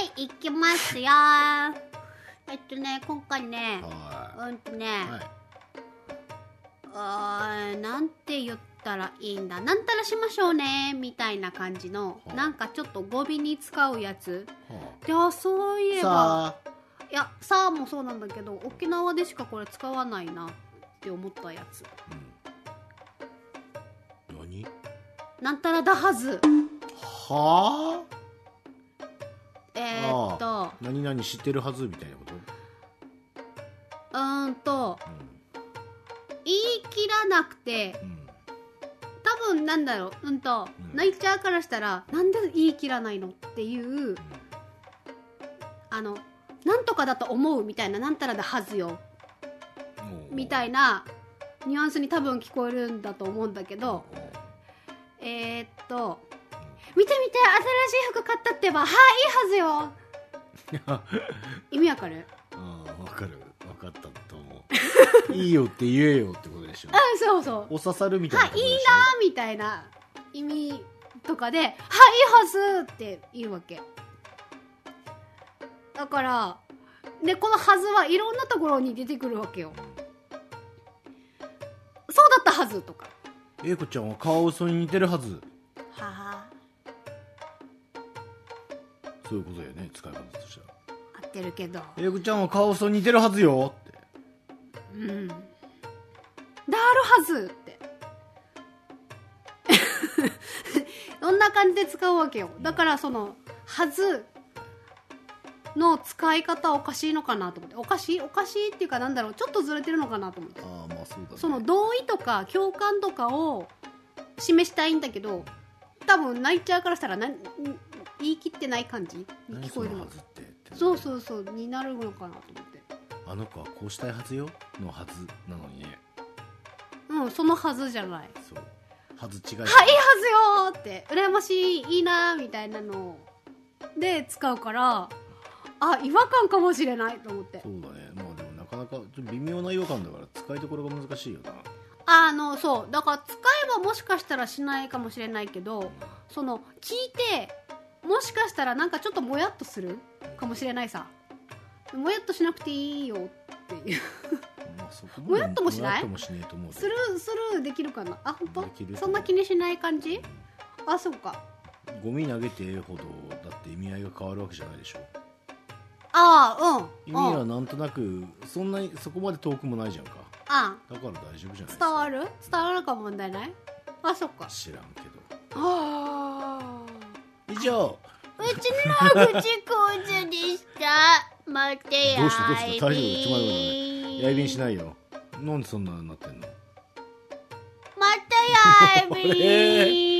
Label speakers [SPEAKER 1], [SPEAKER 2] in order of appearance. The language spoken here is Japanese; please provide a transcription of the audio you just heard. [SPEAKER 1] ですよーえっとね今回ね
[SPEAKER 2] は
[SPEAKER 1] うんとね、
[SPEAKER 2] い。はい。
[SPEAKER 1] あーなんて言ったらいいんだなんたらしましょうねみたいな感じの
[SPEAKER 2] はい
[SPEAKER 1] なんかちょっと語尾に使うやつ
[SPEAKER 2] は
[SPEAKER 1] であそういえば
[SPEAKER 2] あさあ、
[SPEAKER 1] いや「さあ」もそうなんだけど沖縄でしかこれ使わないなって思ったやつ
[SPEAKER 2] うん何？
[SPEAKER 1] なんたらだはず
[SPEAKER 2] はあ？
[SPEAKER 1] えー、っと
[SPEAKER 2] 何々知ってるはずみたいなこと？
[SPEAKER 1] うーんと
[SPEAKER 2] う
[SPEAKER 1] 言い切らなくて
[SPEAKER 2] ん。うん。
[SPEAKER 1] 多分なんだろううんと、
[SPEAKER 2] うん
[SPEAKER 1] ナイチャーからしたらなんで言い切らないのっていうあのなんとかだと思うみたいななんたらだはずよみたい
[SPEAKER 2] な。
[SPEAKER 1] なニュアンスに多分聞こえるんだと思うんだけど
[SPEAKER 2] おう
[SPEAKER 1] えー、っと見て見て新しい服買ったってばはいいいは ずよ意味わかる
[SPEAKER 2] ああ、わかる。わかったと思う。いいよって言えよってことでしょ。
[SPEAKER 1] あそうそう
[SPEAKER 2] お刺さるみたいな
[SPEAKER 1] は
[SPEAKER 2] こと
[SPEAKER 1] い
[SPEAKER 2] でしょ。
[SPEAKER 1] いいなみたいな意味とかではいいいはずって言うわけだからでこの「はず」はいろんなところに出てくるわけよそうだったはずとか
[SPEAKER 2] えいこちゃんはカワウソに似てるはず。
[SPEAKER 1] はは
[SPEAKER 2] そういうことよね。使い方としては。
[SPEAKER 1] 合ってるけど
[SPEAKER 2] えいこちゃんはカワウソに似てるはずよって。
[SPEAKER 1] うんだあるはずって そんな感じで使うわけよだからその「はず」の使い方おかしいのかなと思っておかしいおかしいっていうかなんだろうちょっとずれてるのかなと思って
[SPEAKER 2] ああ、まあそうだね。
[SPEAKER 1] その同意とか共感とかを示したいんだけど多分泣いちゃうからしたらなん言い切ってない感じに
[SPEAKER 2] 何
[SPEAKER 1] 聞こえる
[SPEAKER 2] そ
[SPEAKER 1] の
[SPEAKER 2] はずってって。
[SPEAKER 1] そうそうそうになるのかなと思って
[SPEAKER 2] あの子はこうしたいはずよのはずなのにね
[SPEAKER 1] うんそのはずじゃない
[SPEAKER 2] そうはず違い
[SPEAKER 1] はい、いいはずよーって、羨ましい、いいなーみたいなので使うから、あ、違和感かもしれないと思って
[SPEAKER 2] そ。うだねまあでもなかなかちょっと微妙な違和感だから使いどころが難しいよな
[SPEAKER 1] あの、そう。だから使えばもしかしたらしないかもしれないけど、その、聞いて、もしかしたらなんかちょっともやっとするかもしれないさ。もやっとしなくていいよっていう。
[SPEAKER 2] まあそこ
[SPEAKER 1] もやっともしない
[SPEAKER 2] もやっともしねえと思うけ
[SPEAKER 1] ス
[SPEAKER 2] ど
[SPEAKER 1] ルー、スルーできるかなあ、本
[SPEAKER 2] でき
[SPEAKER 1] 当
[SPEAKER 2] る
[SPEAKER 1] そんな気にしない感じあ、そうか。
[SPEAKER 2] ゴミ投げてほどだって意味合いが変わるわけじゃないでしょ
[SPEAKER 1] ああ、う
[SPEAKER 2] 意
[SPEAKER 1] ん。
[SPEAKER 2] 味
[SPEAKER 1] う
[SPEAKER 2] は
[SPEAKER 1] ん
[SPEAKER 2] なんとなくそんなにそこまで遠くもないじゃんか
[SPEAKER 1] あ
[SPEAKER 2] だから大丈夫じゃないです
[SPEAKER 1] 伝わ
[SPEAKER 2] か
[SPEAKER 1] る伝わるか問題ないあそっか
[SPEAKER 2] 知らんけど
[SPEAKER 1] あ
[SPEAKER 2] 以上
[SPEAKER 1] うちの口こうずでした待て
[SPEAKER 2] どうしたどうした大丈夫一枚
[SPEAKER 1] い
[SPEAKER 2] やいびんしないよなんでそんなになってんの
[SPEAKER 1] またやいびん
[SPEAKER 2] え